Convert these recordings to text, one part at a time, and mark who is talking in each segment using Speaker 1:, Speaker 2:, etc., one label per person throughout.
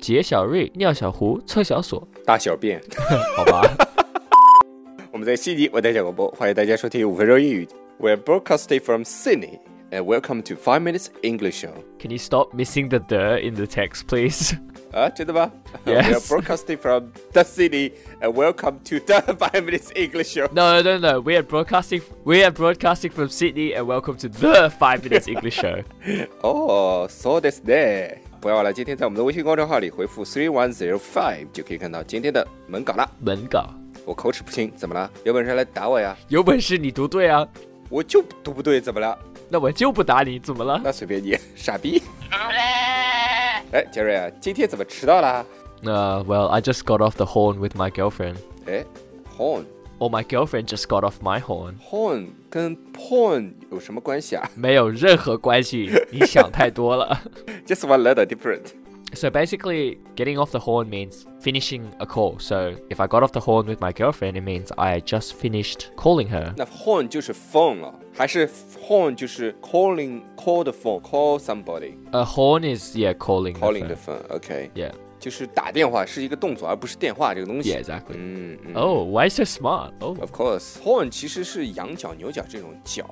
Speaker 1: 杰小瑞、尿小胡、测 小锁，
Speaker 2: 大小便。
Speaker 1: 好吧
Speaker 2: 我们在悉尼为大家广播，欢迎大家收听五分钟英语。We're broadcasting from Sydney and welcome to Five Minutes English Show。
Speaker 1: ？Can you stop missing the the in the text, please？
Speaker 2: 啊，真的吗
Speaker 1: Yes.
Speaker 2: We're broadcasting from the city and welcome to the Five Minutes English Show。
Speaker 1: No, no, no. We are broadcasting. We are broadcasting from Sydney, and welcome to the Five Minutes English Show.
Speaker 2: 哦、so this day。不要忘了，今天在我们的微信公众号里回复 three one zero five 就可以看到今天的门稿了。
Speaker 1: 门稿，
Speaker 2: 我口齿不清，怎么了？有本事来打我呀！
Speaker 1: 有本事你读对啊，
Speaker 2: 我就读不对，怎么了？
Speaker 1: 那我就不打你，怎么了？
Speaker 2: 那随便你，傻逼。哎，杰瑞啊，今天怎么迟到啦？
Speaker 1: Uh, well, I just got off the horn with my girlfriend,
Speaker 2: 哎，horn
Speaker 1: or my girlfriend just got off my horn.
Speaker 2: horn 跟 porn 有什么关系啊
Speaker 1: 没有任何关系，你想太多了。
Speaker 2: ？Just one letter different。
Speaker 1: So basically, getting off the horn means finishing a call. So if I got off the horn with my girlfriend, it means I just finished calling her.
Speaker 2: 那 horn 就是 phone 了，还是 horn 就是 calling call the phone call somebody
Speaker 1: A horn is yeah, calling. the
Speaker 2: calling the
Speaker 1: phone.
Speaker 2: phone，OK，、
Speaker 1: Yeah.
Speaker 2: 就是打电话是一个动作，而不是电话这个东西。
Speaker 1: Yeah, exactly.
Speaker 2: 嗯嗯
Speaker 1: Oh, why so smart? Oh,
Speaker 2: ，Of course，horn 其实是羊角、牛角这种角，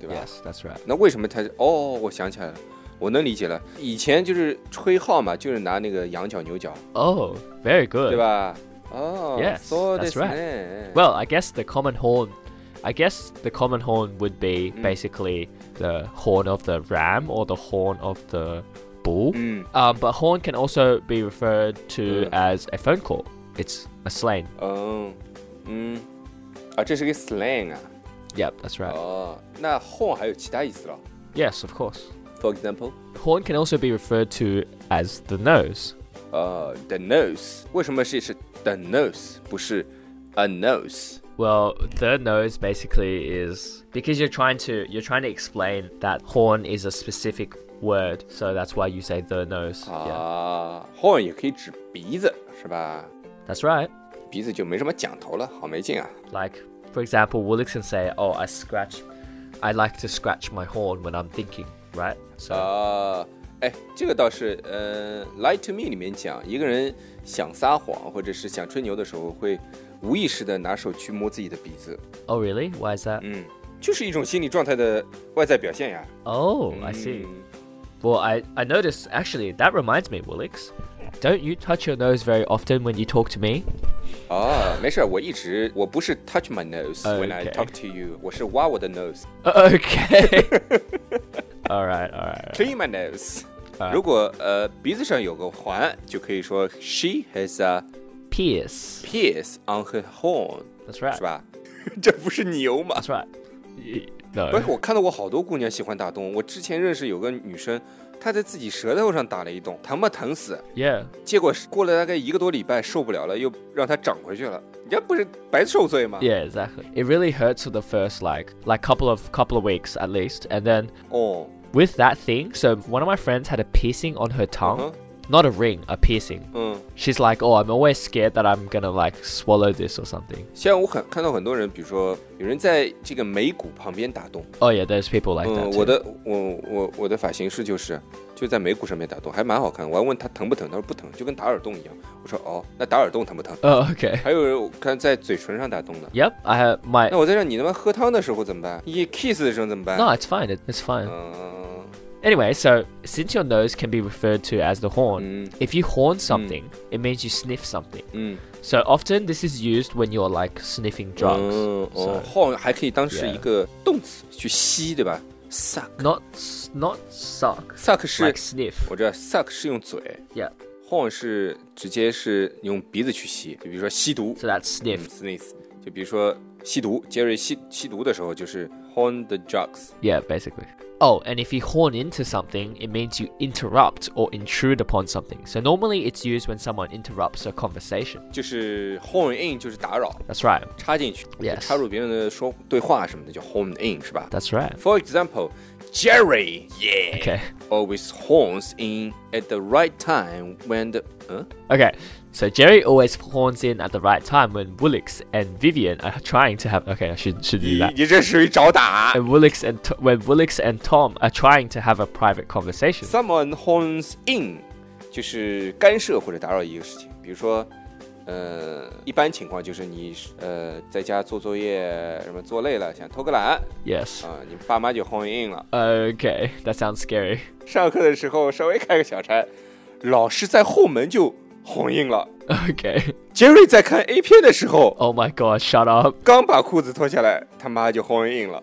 Speaker 2: 对吧
Speaker 1: yes, that's right.
Speaker 2: 那为什么它哦，我想起来了。我能理解了，以前就是吹号嘛，就是拿那个羊角、牛角，
Speaker 1: Oh, very
Speaker 2: 对
Speaker 1: good.
Speaker 2: 吧？哦
Speaker 1: Yes，
Speaker 2: そうです
Speaker 1: that's
Speaker 2: ね
Speaker 1: Well, I guess the common horn. I guess the common horn would be basically the horn of the ram or the horn of the bull.
Speaker 2: 嗯，
Speaker 1: Um, but horn can also be referred to
Speaker 2: Mm.
Speaker 1: as a phone call. It's a slang.
Speaker 2: 嗯，嗯，啊，这是个 slang 啊，
Speaker 1: Yep, that's right.
Speaker 2: 哦，那 horn 还有其他意思了
Speaker 1: Yes, of course.
Speaker 2: ？For example，
Speaker 1: Horn can also be referred to as the nose.
Speaker 2: 呃、t h e nose，为什么是是 the nose 不是 a nose？
Speaker 1: Well, the nose basically is because you're trying to you're trying to explain that horn is a specific word, so that's why you say the nose.
Speaker 2: Ah.
Speaker 1: yeah,
Speaker 2: 啊、h o r n 也可以指鼻子是吧？
Speaker 1: that's right.
Speaker 2: 鼻子就没什么讲头了，好没劲啊！
Speaker 1: Like for example, Woolix can say, "Oh, I scratch, I like to scratch my horn when I'm thinking." Right. So
Speaker 2: Ah. 啊、哎，这个倒是，呃，《Lie to Me》里面讲，一个人想撒谎或者是想吹牛的时候，会无意识的拿手去摸自己的鼻子，
Speaker 1: oh really? Why is that?
Speaker 2: 嗯，就是一种心理状态的外在表现呀。
Speaker 1: Oh, I see.
Speaker 2: 嗯
Speaker 1: Well, I I noticed actually that reminds me, Woolix. Don't you touch your nose very often when you talk to me?
Speaker 2: 哦，没事儿，我一直我不是 touch my nose when I
Speaker 1: Okay.
Speaker 2: talk to you，我是挖我的 nose。
Speaker 1: Okay. all right, all right.
Speaker 2: clean my nose。如果呃鼻子上有个环，就可以说 she has a
Speaker 1: Pierce.
Speaker 2: pierce on her horn，
Speaker 1: That's right.
Speaker 2: 是吧？ 这不是牛吗？
Speaker 1: That's right. Y-
Speaker 2: 不是，
Speaker 1: No.
Speaker 2: 我看到过好多姑娘喜欢打洞。我之前认识有个女生，她在自己舌头上打了一洞，疼吗？疼死！
Speaker 1: Yeah.
Speaker 2: 结果是过了大概一个多礼拜，受不了了，又让她长回去了。人家不是白受罪吗？
Speaker 1: Yeah. Exactly. It really hurts for the first like like couple of couple of weeks at least, and then
Speaker 2: 哦，
Speaker 1: with that thing. So one of my friends had a piercing on her tongue,
Speaker 2: Uh-huh.
Speaker 1: not a ring, a piercing.
Speaker 2: 嗯，
Speaker 1: She's like, oh, I'm always scared that I'm gonna like swallow this or something.
Speaker 2: 像我很看到很多人，比如说有人在这个眉骨旁边打洞，
Speaker 1: Oh yeah, there's people like
Speaker 2: 嗯，
Speaker 1: that. Too.
Speaker 2: 我的我我我的发型师就是就在眉骨上面打洞，还蛮好看。我还问他疼不疼，他说不疼，就跟打耳洞一样。我说哦，那打耳洞疼不疼？
Speaker 1: Oh okay.
Speaker 2: 还有人我看在嘴唇上打洞的。
Speaker 1: Yep. I have my.
Speaker 2: 那我在这，你他妈喝汤的时候怎么办？你 kiss 的时候怎么办？
Speaker 1: No, it's fine. It, it's
Speaker 2: Uh.
Speaker 1: fine.
Speaker 2: 嗯
Speaker 1: Anyway, so since your nose can be referred to as the horn,
Speaker 2: Mm.
Speaker 1: if you horn something, it means you sniff something.
Speaker 2: 嗯
Speaker 1: So often this is used when you're like sniffing drugs.
Speaker 2: 嗯哦
Speaker 1: So
Speaker 2: ，horn 还可以当是
Speaker 1: Yeah
Speaker 2: 一个动词去吸，对吧？suck
Speaker 1: not s- not suck.
Speaker 2: suck 是
Speaker 1: Like sniff.
Speaker 2: 我知道 suck 是用嘴
Speaker 1: Yeah.
Speaker 2: horn 是直接是用鼻子去吸，就比如说吸毒
Speaker 1: So that's
Speaker 2: 嗯
Speaker 1: sniff.
Speaker 2: sniff，就比如说吸毒，杰瑞吸吸毒的时候就是 horn the drugs。
Speaker 1: Yeah, basically. Oh, and if you horn into something, it means you interrupt or intrude upon something. So normally it's used when someone interrupts a conversation.
Speaker 2: 就是 horn in 就是打扰，
Speaker 1: That's right.
Speaker 2: 插进去，就
Speaker 1: Yes
Speaker 2: 插入别人的说对话什么的，叫 horn in 是吧
Speaker 1: That's right.
Speaker 2: ？For example, Jerry, yeah,
Speaker 1: Okay.
Speaker 2: always horns in at the right time when the 嗯
Speaker 1: Okay. So Jerry always horns in at the right time when Woolix and Vivian are trying to have. Okay, I should should
Speaker 2: 你
Speaker 1: do that.
Speaker 2: 你这属于找打。
Speaker 1: And Woolix and T- when Woolix and Tom are trying to have a private conversation.
Speaker 2: Someone horns in 就是干涉或者打扰一个事情，比如说。呃，一般情况就是你呃在家做作业，什么做累了想偷个懒
Speaker 1: Yes.
Speaker 2: 啊、你爸妈就 horn in 了。
Speaker 1: Okay, that sounds scary.
Speaker 2: 上课的时候稍微开个小差，老师在后门就红印了。
Speaker 1: Okay.
Speaker 2: Jerry 在看 A 片的时候，
Speaker 1: Oh my god, shut up.
Speaker 2: 刚把裤子脱下来，他妈就红印了。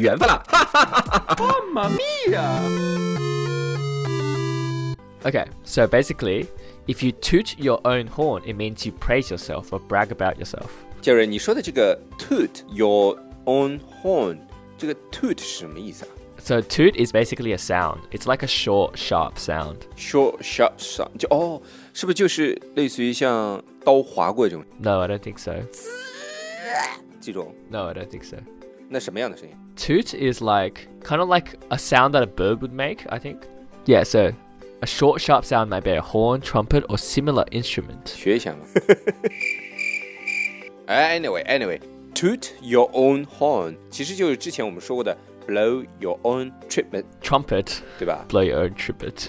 Speaker 3: 缘分了。
Speaker 1: Okay, so basically, if you toot your own horn, it means you praise yourself or brag about yourself.
Speaker 2: Jerry，你说的这个 toot your own horn，这个 toot 是什么意思啊
Speaker 1: So toot is basically a sound. It's like a short, sharp sound.
Speaker 2: ？short sharp sharp，就哦，是不是就是类似于像刀划过这种
Speaker 1: No, I don't think so.
Speaker 2: 这种？
Speaker 1: No, I don't think so.
Speaker 2: 那什么样的声音？
Speaker 1: Toot is like kind of like a sound that a bird would make, I think. Yeah, so a short, sharp sound might be a horn, trumpet, or similar instrument.
Speaker 2: 学一下嘛。 哎，anyway，anyway，toot your own horn，其实就是之前我们说过的 blow your own trumpet，
Speaker 1: Trumpet,
Speaker 2: 对吧
Speaker 1: blow your own trumpet.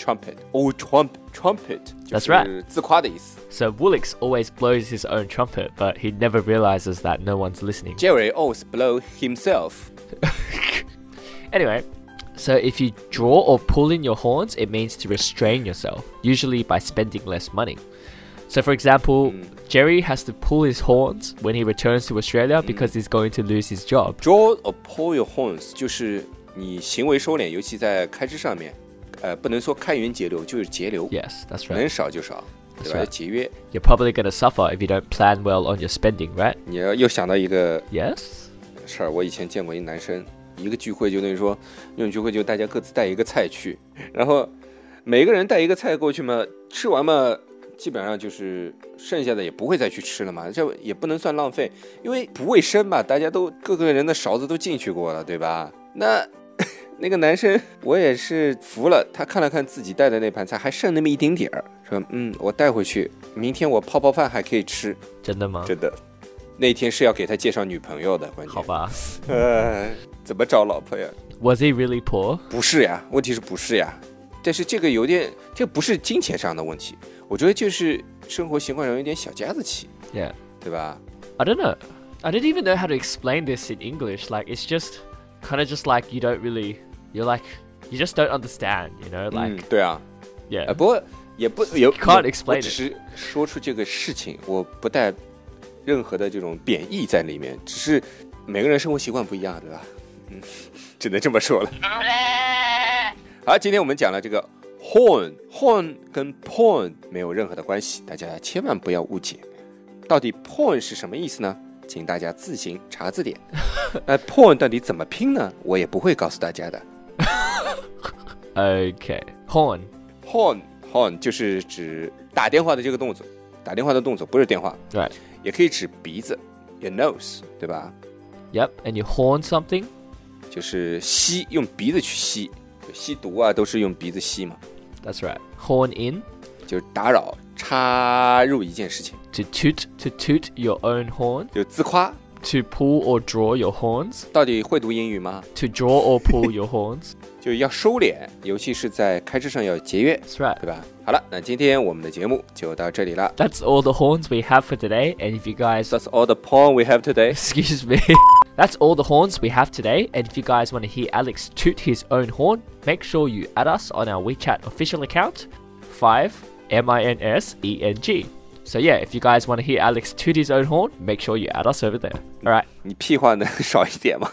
Speaker 2: ？trumpet，oh trump，trumpet，就
Speaker 1: That's
Speaker 2: 是
Speaker 1: right
Speaker 2: 自夸的意思。
Speaker 1: So Woolix always blows his own trumpet, but he never realizes that no one's listening.
Speaker 2: Jerry always blow himself，
Speaker 1: Anyway, so if you draw or pull in your horns, it means to restrain yourself, usually by spending less money. So, for example, Jerry has to pull his horns when he returns to Australia because he's going to lose his job.
Speaker 2: draw or pull your horns，就是你行为收敛，尤其在开支上面，呃，不能说开源节流，就是节流
Speaker 1: Yes, that's
Speaker 2: 能
Speaker 1: right.
Speaker 2: 少就少，对
Speaker 1: That's
Speaker 2: 吧？
Speaker 1: right
Speaker 2: 节约。
Speaker 1: You're probably going to suffer if you don't plan well on your spending, right?
Speaker 2: 你要又想到一个
Speaker 1: Yes?
Speaker 2: 事儿，我以前见过一男生，一个聚会就那说，那种聚会就大家各自带一个菜去， 然后每个人带一个菜过去嘛，吃完嘛，基本上就是剩下的也不会再去吃了嘛，这也不能算浪费，因为不卫生嘛，大家都各个人的勺子都进去过了，对吧？那 那个男生我也是服了，他看了看自己带的那盘菜，还剩那么一丁点儿，说嗯，我带回去，明天我泡泡饭还可以吃，
Speaker 1: 真的吗？
Speaker 2: 真的。那天是要给他介绍女朋友的，关键。
Speaker 1: 好吧。
Speaker 2: 呃，怎么找老婆呀？
Speaker 1: Was he really poor?
Speaker 2: 不是呀，问题是不是呀？但是这个有点，这不是金钱上的问题，我觉得就是生活习惯上有点小家子气，
Speaker 1: Yeah.
Speaker 2: 对吧？
Speaker 1: I don't know. I didn't even know how to explain this in English. Like, it's just kind of just like you don't really, you're like, you just don't understand, you know?
Speaker 2: 嗯
Speaker 1: Like,，
Speaker 2: 对啊，
Speaker 1: yeah.
Speaker 2: 呃，不过 也不也
Speaker 1: can't
Speaker 2: 也
Speaker 1: explain
Speaker 2: 我只是说出这个事情，我不带任何的这种贬义在里面，只是每个人生活习惯不一样，对吧？嗯，只能这么说了。好，今天我们讲了这个 horn horn 跟 porn 没有任何的关系，大家千万不要误解。到底 porn 是什么意思呢？请大家自行查字 典。那 porn 到底怎么拼呢？我也不会告诉大家的。
Speaker 1: Okay. Horn.
Speaker 2: horn horn 就是指打电话的这个动作，打电话的动作不是电话，
Speaker 1: Right.
Speaker 2: 也可以指鼻子，your nose，对吧？
Speaker 1: Yep. And you horn something.
Speaker 2: 就是吸，用鼻子去吸，就吸毒啊都是用鼻子吸嘛，
Speaker 1: That's right. Horn in.
Speaker 2: 就是打扰、插入一件事情，
Speaker 1: To toot. To toot your own horn.
Speaker 2: 就自夸。
Speaker 1: To pull or draw your horns.
Speaker 2: 到底会读英语吗？
Speaker 1: To draw or pull your horns.
Speaker 2: 就要收敛，尤其是在开支上要节约，
Speaker 1: That's right.
Speaker 2: 对吧？好了，那今天我们的节目就到这里了。
Speaker 1: That's all the horns we have for today. And if you guys,
Speaker 2: That's all the porn we have today.
Speaker 1: excuse me, that's all the horns we have today. And if you guys want to hear Alex toot his own horn, make sure you add us on our WeChat official account, five M I N S E N G. So yeah, if you guys want to hear Alex toot his own horn, make sure you add us over there. All right.
Speaker 2: 你屁话能 少一点吗？